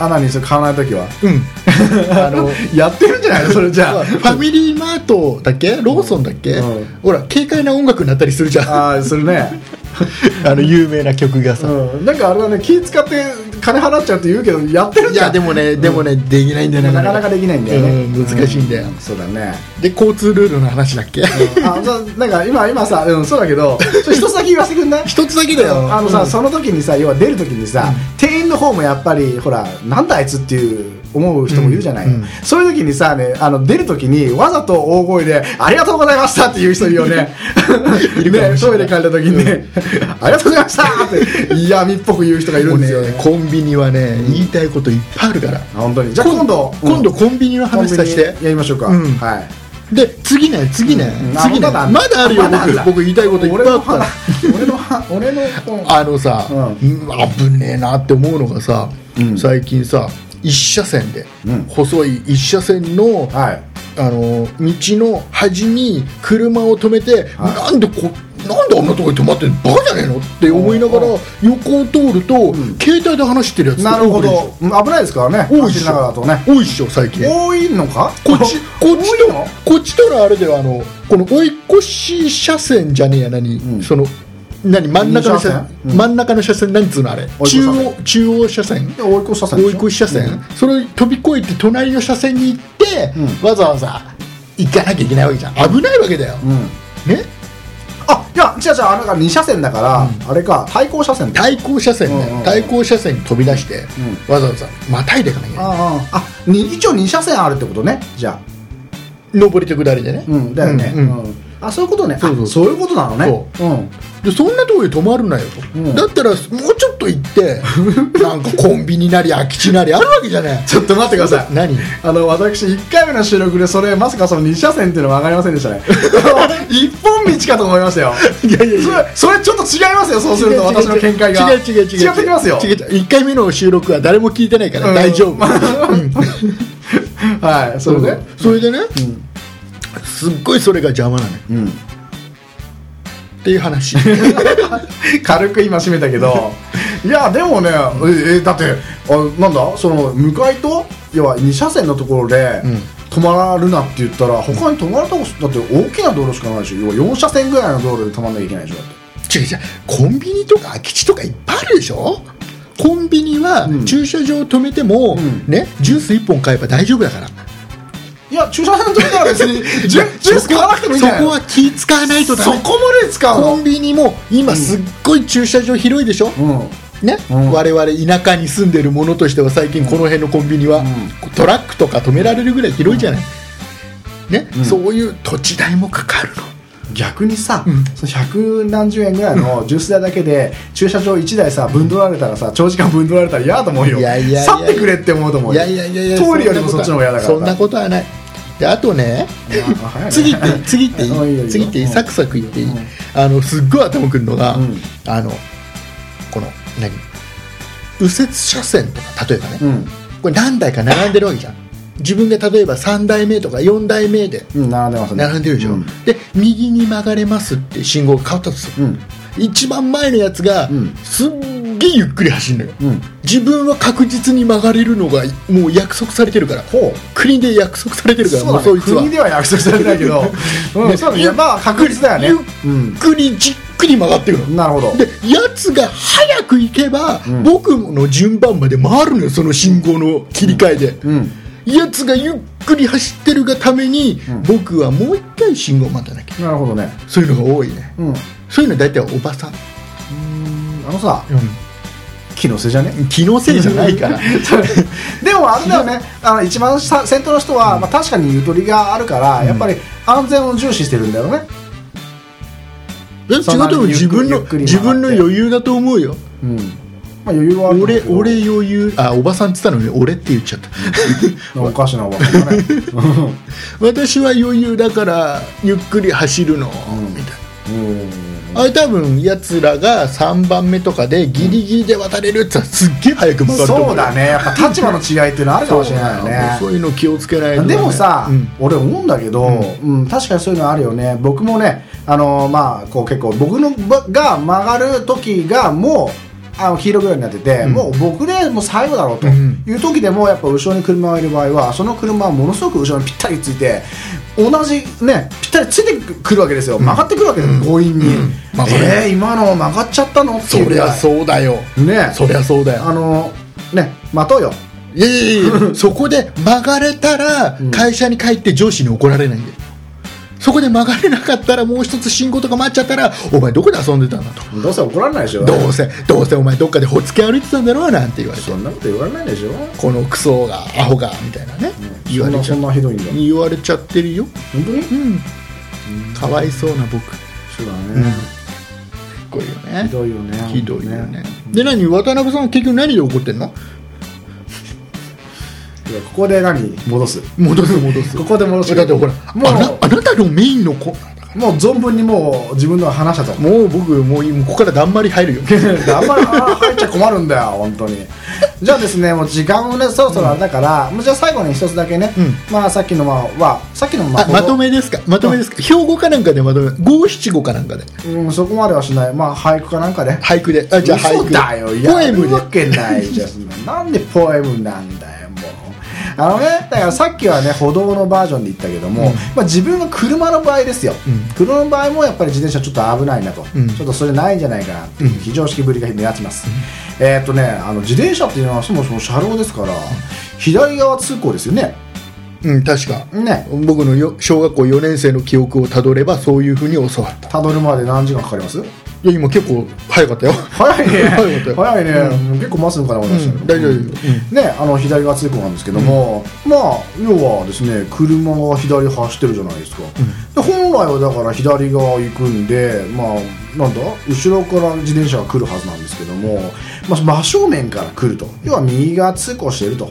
A: あ何それ買わない時は
B: あの
A: やってるんじゃないのそれじゃあ
B: ファミリーマートだっけローソンだっけ、
A: うん
B: ほら軽快な音楽になったりするじゃんあ
A: ああそれね
B: の有名な曲がさ、
A: うん、なんかあれだね気使って金払っちゃうって言うけどやってる
B: い
A: じゃ
B: や
A: ん
B: でもね、でもねできないんだよ
A: なかなかできないんだよね、
B: うん難しいんだよ、
A: うそうだね
B: で交通ルールの話だっけ、
A: あそうなんか今今さ、うん、そうだけ どちょ一つだけ言わせてくんない
B: 一つだけだよ
A: あのさ、
B: うん
A: その時にさ要は出る時にさ、店員の方もやっぱりほらなんだあいつっていう思う人もいるじゃない、
B: うんうん
A: そういう時にさねあの出る時にわざと大声で「ありがとうございました」っていう人いるよね ね
B: いるかもしれない
A: トイレ帰った時にね「ありがとうございました」って嫌味っぽく言う人がいるんですよね
B: もうねコンビニはね、言いたいこといっぱいあるから
A: 本当にじゃあ今度
B: 今度コンビニの
A: コンビ
B: 話
A: ニ
B: させて
A: やりましょうか、
B: うん
A: はい
B: で次ね次ね、
A: うん
B: 次ね
A: あまだあんの
B: まだあるよ
A: まだあんだ
B: 僕僕言いたいこといっぱいあったら
A: 俺のは俺のは俺の
B: あのさ、
A: う
B: うん危ねえなって思うのがさ、
A: うん
B: 最近さ一車線で、
A: うん
B: 細い一車線の
A: はい
B: あの道の端に車を止めて、
A: はい
B: なんでこなんであんなとこに止まってんのバカじゃねえのって思いながら
A: うんう
B: 横を通ると、携帯で話してるやつ
A: なるほ
B: 多
A: ど危ないですからね
B: 多いで
A: 走
B: し
A: りな
B: ょ
A: がらだとね
B: いでしょ多いっしょ最近
A: 多いのか
B: こっちこっ ち
A: 多い
B: と
A: の
B: こっちとのあれではあのこの追い越し車線じゃねえや何、
A: ん
B: その何真ん中の車
A: 二車
B: 線
A: 線うん
B: 真ん中の車線何つうのあれ
A: 追い越し
B: 中
A: 車線
B: 央中央車線
A: で追い越し車線
B: 追
A: で
B: い
A: しょ
B: 越し車線、
A: うん
B: それを飛び越えて隣の車線に行って、
A: うん
B: わざわざ行かなきゃいけないわけじゃん危ないわけだよ、
A: うん
B: ね
A: あいや違う違うあれが2車線だから、あれか対向車線だ
B: 対向車線ね、
A: うんうん
B: 対向車線に飛び出して、わざわざまたいでいかなきゃいけない
A: あああに一応2車線あるってことねじゃ
B: 上りと下りでね、
A: あうんだよね、う
B: う
A: んん
B: うん
A: あそういうことねあ
B: そうそう
A: そういうことなのね、
B: そうでそんなところで止まるなよと、
A: うん
B: だったらもうちょっと行って なんかコンビニなり空き地なりあるわけじゃない
A: ちょっと待ってください
B: 何
A: あの私1回目の収録でそれまさかその2車線っていうのは分かりませんでした ね一本道かと思いましたよ
B: いやいやい
A: そ
B: や
A: れそれちょっと違いますよそうすると私の見解が
B: 違う違う違う違う
A: 違ってきますよ
B: 違う違う1回目の収録は誰も聞いてないから
A: うん
B: 大 丈夫、
A: はいそれで
B: それでね、すっごいそれが邪魔なのよ
A: うん
B: っていう 話
A: 軽く今締めたけ どいやでもねええだってあなんだその向かいと要は2車線のところで
B: うん
A: 止まるなって言ったら他に止まるとこだって大きな道路しかないでしょ要は4車線ぐらいの道路で止まんなきゃいけないでしょだって
B: 違う違うコンビニとか空き地とかいっぱいあるでしょコンビニは
A: うん
B: 駐車場止めても、
A: ん
B: ねジュース1本買えば大丈夫だから
A: いや駐車線止め たら別に ジュジュース買わなくてもいいん
B: そ
A: じゃない
B: こは気使わないとダ
A: そ
B: メ
A: こまで使う
B: コ
A: の
B: ンビニも今すっごい駐車場広いでしょ、
A: うん
B: ね、
A: うん
B: 我々田舎に住んでるものとしては最近この辺のコンビニは、
A: う
B: トラックとか止められるぐらい広いじゃない、ね
A: うん
B: そういう土地代もかかるの
A: 逆にさ、
B: ん
A: その百何十円ぐらいのジュース代だけで駐車場1台さぶんどられたらさ長時間ぶんどられたら嫌だと思うよ
B: いやいやいや
A: 去ってくれって思うと思う
B: い
A: よ
B: やいやいやいや
A: 通りよりもそっちの方が嫌だから
B: そんなことはないであとね
A: 早いね
B: 次行っていい 次行ってい
A: うんいいよいい
B: い
A: よ
B: 次行っていい
A: うん
B: サクサク行っていい、
A: うん
B: あのすっごい頭くるのが、
A: うん
B: あのこの何右折車線とか例えばね、
A: うん、
B: これ何台か並んでるわけじゃん自分が例えば3台目とか4台目で
A: うん、並んでますね
B: 並んでるでしょ、
A: うん
B: で右に曲がれますって信号が変わったとする、
A: うん
B: 一番前のやつが、
A: うん
B: すっげえゆっくり走るのよ、
A: うん
B: 自分は確実に曲がれるのがもう約束されてるから
A: ほう
B: 国で約束されてるから
A: そう
B: もう
A: だ
B: そ
A: ね
B: いつは
A: 国では約束されてないけど、う
B: ね
A: ん、そうだねいやまあ確率だよね
B: ゆ
A: う
B: っくりじっくり曲がってくの
A: んなるほど
B: でやつが早く行けば、
A: ん
B: 僕の順番まで回るのよその信号の切り替えで、
A: うん
B: やつがゆっくり走ってるがために、
A: ん
B: 僕はもう一回信号待たなきゃ
A: なるほどね
B: そういうのが多いね
A: うん
B: そういうの大体おばさん、
A: あのさ気のせいじゃね
B: 気のせいじゃないから
A: でもあれだよねあの一番さ先頭の人は、まあ、確かにゆとりがあるから、やっぱり安全を重視してるんだよね
B: え違う
A: そんな
B: と思う
A: ゆっくり
B: 自分の
A: ゆっくり回って
B: 自分の余裕だと思うよ
A: うんまあ余裕はあると思う
B: 俺
A: けど
B: 俺余裕あおばさんって言ったのに俺って言っちゃった
A: おかしなおばさんだね
B: 私は余裕だからゆっくり走るの、みたいな
A: うん
B: あれ多分やつらが3番目とかでギリギリで渡れるって言ったらすっげえ早く曲がると思うよ
A: そうだねやっぱ立場の違いっていうのはあるかもしれないよね
B: そういうの気をつけないとね
A: でもさ、
B: うん
A: 俺思うんだけど、うん確かにそういうのあるよね僕もねあのーまあこう結構僕のばが曲がる時がもうあの黄色くらいになってて、
B: ん
A: もう僕でもう最後だろうと
B: うん
A: いう時でもやっぱ後ろに車がいる場合はその車はものすごく後ろにぴったりついて同じねぴったりついてくるわけですよ曲がってくるわけですよ強引に、
B: まあこれ
A: えー、今の曲がっちゃったのってい
B: そう
A: ぐ
B: り
A: らい
B: ゃそうだよ
A: ね
B: そりゃそうだよ
A: あのーね待とうよ
B: いやいやい やそこで曲がれたら
A: ん
B: 会社に帰って上司に怒られないんだよそこで曲がれなかったらもう一つ信号とか待っちゃったらお前どこで遊んでたんだと
A: どうせ怒られないでしょ
B: どうせどうせお前どっかでほつけ歩いてたんだろうなんて言われて
A: そんなこと言われないでしょ
B: このクソがアホがみたいなね言
A: そ
B: わ
A: ん
B: れ
A: な
B: ち
A: そ
B: ゃ
A: んなひどいんだ
B: 言われちゃってるよ
A: 本当に
B: うんかわいそうな僕
A: そうだね、
B: こういうね
A: ひどいよね
B: ひどいよねで何渡辺さんは結局何で怒ってんの
A: いやここで何戻す
B: 戻す戻す
A: ここで戻す
B: だってほら
A: もう
B: あなあなたのメインのコーナーだから
A: もう存分にもう自分のは話 したと
B: もう僕もうここからだんまり入るよ
A: あんまりあー入っちゃ困る んだよ本当にじゃあですねもう時間もねそろそろあれだから、もうじゃあ最後に一つだけね、
B: う
A: まあさっきのまあはさっきのま
B: あ
A: あ
B: まとめですかまとめですか標語かなんかでまとめ五七五かなんかで
A: うんそこまではしないまあ俳句かなんかで
B: 俳句であじゃあ俳
A: 嘘
B: 句
A: だよ
B: ポエム
A: やるわ
B: で
A: けないじゃんそんななんでポエムなんだよもうあのねだからさっきはね歩道のバージョンで言ったけども、まあ、自分が車の場合ですよ、
B: うん
A: 車の場合もやっぱり自転車ちょっと危ないなと、
B: うん
A: ちょっとそれないんじゃないかなっていう非常識ぶりが目立ちます、えーっとねあの自転車っていうのはそもそも車両ですから左側通行ですよね
B: うん確か
A: ね
B: 僕のよ小学校4年生の記憶をたどればそういうふうに教わった
A: たどるまで何時間かかります
B: いや今結構早かったよ、
A: 早いね
B: 早いことよ
A: 早いね、もう結構待つのかな思いましたけど、
B: 大丈夫、うん
A: ね、あの左側通行なんですけども、まあ要はですね車が左走ってるじゃないですか、で本来はだから左側行くんでまあなんだ後ろから自転車が来るはずなんですけども、まあ、真正面から来ると要は右側通行してると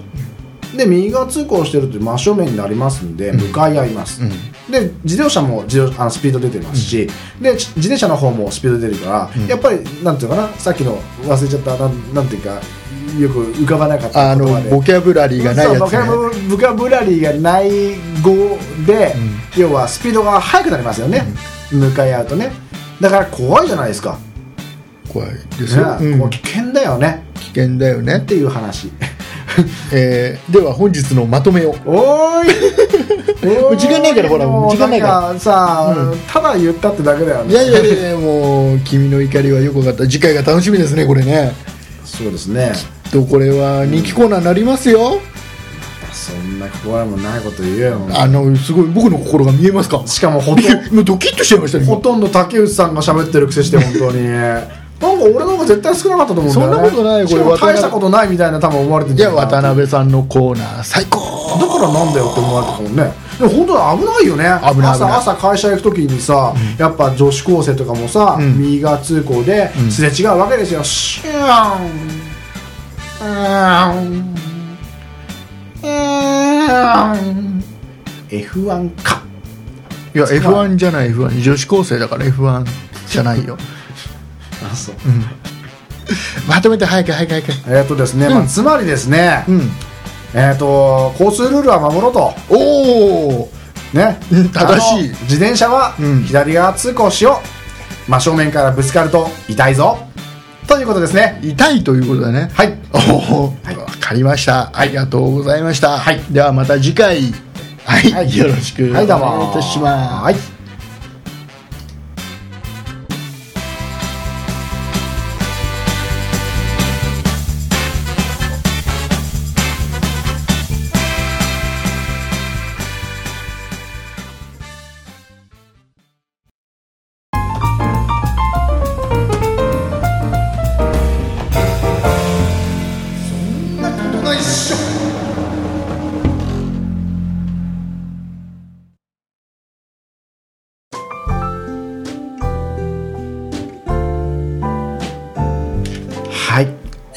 A: で右側通行してると真正面になりますんで向かい合います、
B: うん
A: で自動車も自動あのスピード出てますし、でち自転車の方もスピード出てるから、やっぱりなんていうのかなさっきの忘れちゃったなんなんていうかよく浮かばなかった
B: あの
A: 言葉で
B: ボキャブラリーがないやつ、
A: そ
B: ね、
A: うボキャブボキャブラリーがない語で、要はスピードが速くなりますよね、向かい合うとねだから怖いじゃないですか、
B: 怖いで
A: ね
B: すよ、うん
A: もう危険だよね
B: 危険だよね
A: っ、ていう話
B: えーでは本日のまとめを
A: おーいおー
B: 時間ないからほら
A: もう
B: 時間ないから
A: んさ、
B: う
A: ただ言ったってだけだよね
B: いやいやいやいやもう君の怒りはよく分かった次回が楽しみですねこれね
A: そうですね
B: とこれは人気コーナーになりますよ
A: そんな心もないこと言えよ
B: あのすごい僕の心が見えますか
A: しかもほと
B: いやもうドキッとしちゃいましたね
A: ほとんど竹内さんが喋ってるくせして本当になんか俺の方が絶対少なかったと思うんだよね
B: そんなことないこれ
A: しかも
B: 渡辺
A: 大したことないみたいな多分思われてん
B: じゃあ渡
A: だか
B: 辺さんのコーナー最高
A: らなんだよって思われてたもんねでも本当に危ないよね
B: 危ない危ない
A: 朝朝会社行く時にさ、やっぱ女子高生とかもさ、
B: うん
A: 右側通行ですれ違うわけですよ、シューンうーんうーん F1 か
B: いや F1 じゃない F1 女子高生だから F1 じゃないよ
A: あそう
B: まとめて早く早く早く
A: えーとですね、まあ、つまりですね、
B: うん
A: えー、と交通ルールは守ろうと、
B: おお
A: ね
B: うん、正しい
A: あの自転車は
B: うん
A: 左側通行しよう、真正面からぶつかると痛いぞということですね
B: 痛いということだね
A: はい
B: おお、わかりました。ありがとうございました。
A: はい
B: ではまた次回。はい、
A: はい
B: よろしくお
A: は
B: 願い
A: い
B: い
A: どうも
B: たします。
A: はいはい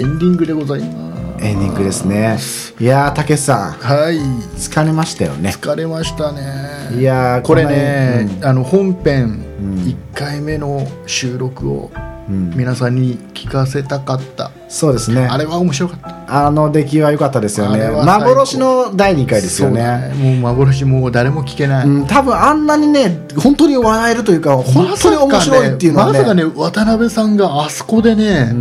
B: エンディングでございます。
A: エンディングですねいやーたけしさん
B: はい、
A: 疲れましたよね
B: 疲れましたね。
A: いやー
B: これ
A: こん
B: ね
A: なに、
B: あの本編一回目の収録を皆さんに聞かせたかった。
A: そうですね
B: あ
A: あ
B: れは面白かった。
A: の出来は良かったですよ
B: あ
A: ね
B: れは最高
A: 幻の第2回ですよ
B: そう
A: ね
B: だもう幻もう誰も聞けない。
A: うん、多分あんなにね本当に笑えるというか本当に面白いっていうのは
B: ま
A: ね
B: さかね渡辺さんがあそこでね、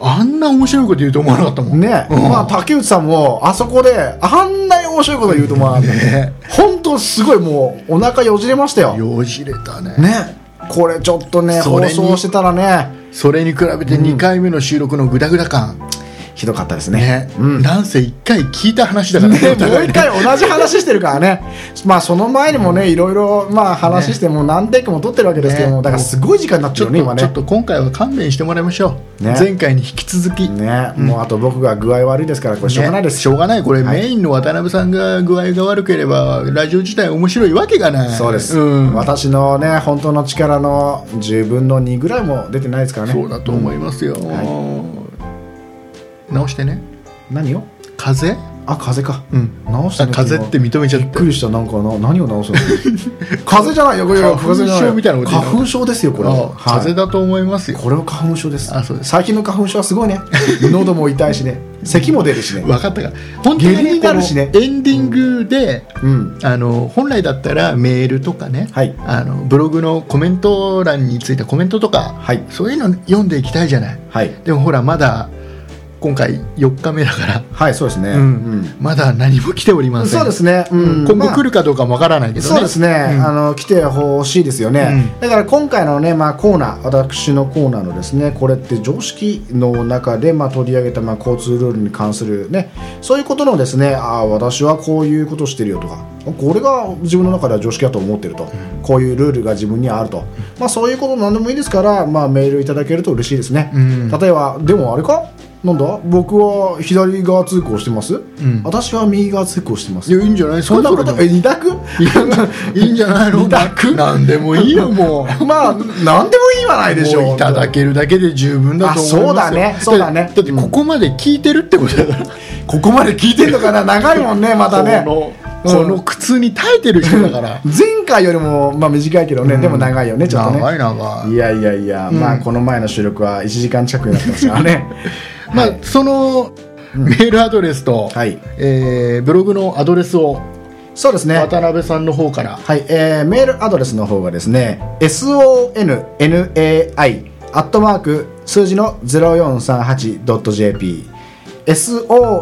B: あんな面白いこと言うと思わなかったもん
A: ね、
B: うん
A: まあ竹内さんもあそこであんなに面白いこと言うと思わなかった
B: ね
A: 本当すごいもうお腹よじれましたよね
B: よじれたね
A: これちょっとね
B: そ
A: 放
B: れに
A: 送してたらね
B: それに比べて2回目の収録のグダグダ感、
A: ひどかったですね
B: ね、
A: うんね
B: なんせ1回聞いた話だか
A: も
B: ら
A: う
B: ねお互い
A: 一
B: ね
A: 回同じ話してるからね、まあその前にもね、いろいろまあ話して、もう何テイクも撮ってるわけですけども、
B: ね
A: だからすごい時間になって
B: ち
A: る
B: ょ
A: よ
B: っ
A: ね、
B: と
A: 今
B: ちょっ
A: ね。
B: と今回は勘弁してもらいましょう、
A: ね
B: 前回に引き続き、
A: ね、もうあと僕が具合悪いですから、これしょうがないです
B: ねしょうがないこれ、メインの渡辺さんが具合が悪ければラジオ自体面白いわけがない
A: そうです、
B: ん
A: 私のね本当の力の10分の2ぐらいも出てないですからね
B: そうだと思いますよ、直してね
A: 何を
B: 風邪
A: あ風か、
B: うん
A: 直した
B: あ
A: ね
B: 風邪って認めちゃ
A: び
B: っ
A: ったくりしたなんかな何を直 すの風邪じゃないよこれ
B: 花粉症みたいなこと言うの
A: 花粉症ですよこれは
B: あ
A: はい
B: 風邪だと思いますよ
A: これは花粉症です
B: あそうです
A: 最近の花粉症はすごい ね喉も痛いしね咳も出るしね
B: 分かったから本当に、
A: 下痢になるしね
B: このエンディングで、
A: うん
B: あの本来だったらメールとかね、
A: はい
B: あのブログのコメント欄についたコメントとか、
A: はい
B: そういうの読んでいきたいじゃない
A: はい
B: でもほらまだ今回4日目だから
A: はいそうですね
B: うんまだ何も来ており
A: う
B: ま
A: ん
B: せん
A: そうですね、うん
B: 今後
A: まあ
B: 来るかどうかもわからないけどね、
A: そうですね、あの来てほしいですよね、だから今回のね、まあ、コーナー私のコーナーのですねこれって常識の中で、まあ、取り上げた、まあ、交通ルールに関するねそういうことのですねああ私はこういうことしてるよとかこれが自分の中では常識だと思ってると、こういうルールが自分にはあると、まあ、そういうこと何でもいいですから、まあ、メールいただけると嬉しいですね、
B: うん
A: 例えばでもあれかなんだ僕は左側通行してます、
B: ん
A: 私は右側通行してます
B: いやいいんじゃないですか
A: そんなこと
B: それ
A: え二択
B: でいいんじゃないの
A: 二択
B: なんでもいいよもう
A: まあ何でもいいはないでしょ
B: もういただけるだけで十分だと思いますよ
A: あそうだねそうだね
B: ってってここまで聞いてるってことだから
A: ここまで聞いてんのかな長いもん ねまたね
B: こ
A: う
B: の
A: ん
B: この苦痛に耐えてる人だから
A: 前回よりも、まあ、短いけどね、でも長いよ ねちょっとね
B: 長い長い
A: いやいやいや、まあこの前の収録は1時間近くになってますから ね
B: まあそのメールアドレスと、
A: はい
B: えーブログのアドレスを
A: そうですね
B: 渡辺さんの方から
A: はい、えーメールアドレスの方がですね sonnai アットマーク数字の 0438.jp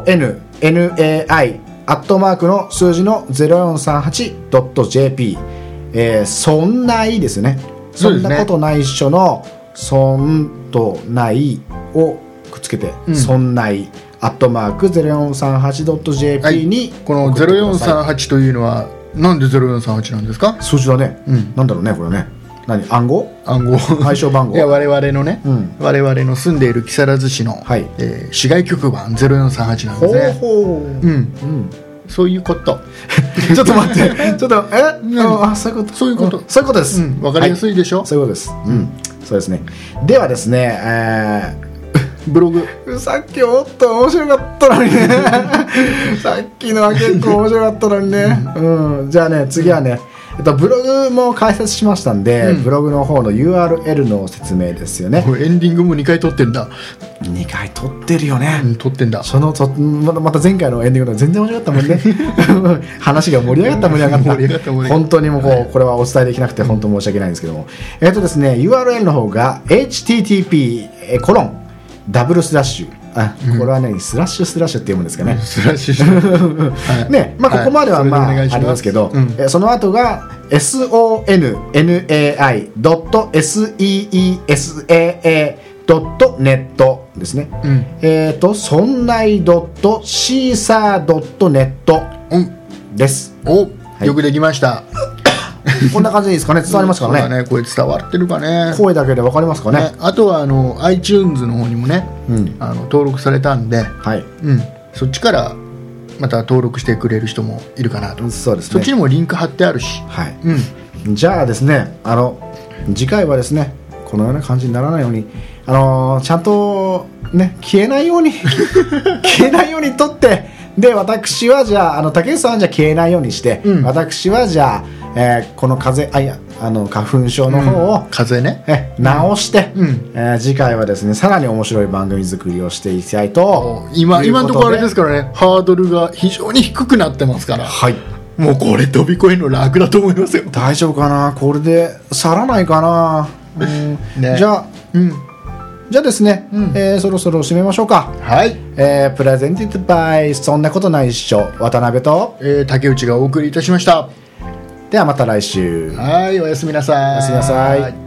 A: sonnai アットマークの数字の 0438.jp、えー、そんないですね
B: そ
A: そ
B: うんですね
A: なことないっしょのそんとないをくっつけて、
B: うん
A: そんないアットマーク 0438.jp に、
B: この
A: 送ってください
B: 0438というのはなんで0438なんですか
A: 数字だね、
B: うん
A: なんだろうねこれね何暗号
B: 暗号
A: 対象番号
B: いや我々のね、
A: うん
B: 我々の住んでいる木更津市の、
A: はい
B: えー市外局番0438なん
A: ほ
B: で
A: う
B: すね
A: ほう、
B: うん
A: うん、
B: そういうこと
A: ちょっと待ってちょっとえあのあそういうこと
B: そういうこと
A: んそういうことです、
B: うんわかりやす
A: はい
B: でしょ、
A: いそういうことですうんそうですねではですねえ
B: ブログ
A: ーさっきもっと面白かったのに ねさっきのは結構面白かったのにね、うん、じゃあね次はね、えっと、ブログも解説しましたんで、
B: うん
A: ブログの方の URL の説明ですよね
B: これエンディングも2回撮ってんだ、
A: 2回撮ってるよね、
B: うん、撮ってんだ
A: そのとまたまた前回のエンディングと全然面白かったも んね話が盛り上がった盛り上がった
B: 盛り上がった盛り上がった
A: 本当にもうこう、これはお伝えできなくて本当申し訳ないんですけどもえっ、とですね URL の方が http えーコロンダブルスラッシュあこれはね、スラッシュスラッシュって読むんですかね
B: すら しいはい
A: ねまあ、ここまでは
B: それ
A: まああ
B: お願いし
A: りますけど、
B: うん
A: えその後が sonnai.seesaa.net ですね、
B: うん
A: えっ、ー、とそんない .caesar.net
B: うん
A: です
B: お、
A: い
B: よくできました
A: こんな感じでいいですかね伝わりますか
B: そ
A: ら
B: う
A: ね
B: だねこれ伝わってるかね
A: 声だけでわかりますかね
B: ねあとはあの iTunes の方にもね、
A: うん
B: あの登録されたんで、
A: はい
B: うん、そっちからまた登録してくれる人もいるかなと、
A: そうです
B: そっち
A: ね
B: にもリンク貼ってあるし、
A: はい
B: うん、
A: じゃあですねあの次回はですねこのような感じにならないようにあのーちゃんとね消えないよう に消えないようにとってで私はじゃああの竹内さんはじゃあ消えないようにして、
B: うん
A: 私はじゃあ、えーこの風邪あいやあの花粉症の方を、
B: 風邪ね
A: え直して、
B: うん
A: えー次回はですねさらに面白い番組作りをしていきたいと
B: 今今のところあれです
A: か
B: からねハードルが非常に低くなってますから
A: はい
B: もうこれ飛び越えるの楽だと思いますよ、
A: 大丈夫かなこれで去らないかな、うん
B: ね
A: じゃあ
B: うん、
A: じゃあですね、
B: うん
A: えーそろそろ締めましょうか。
B: はい、
A: えープレゼンティッドバイそんなことないっしょ渡辺と
B: えー竹内がお送りいたしました
A: ではまた来週。
B: はいおやすみなさい
A: おやすみなさい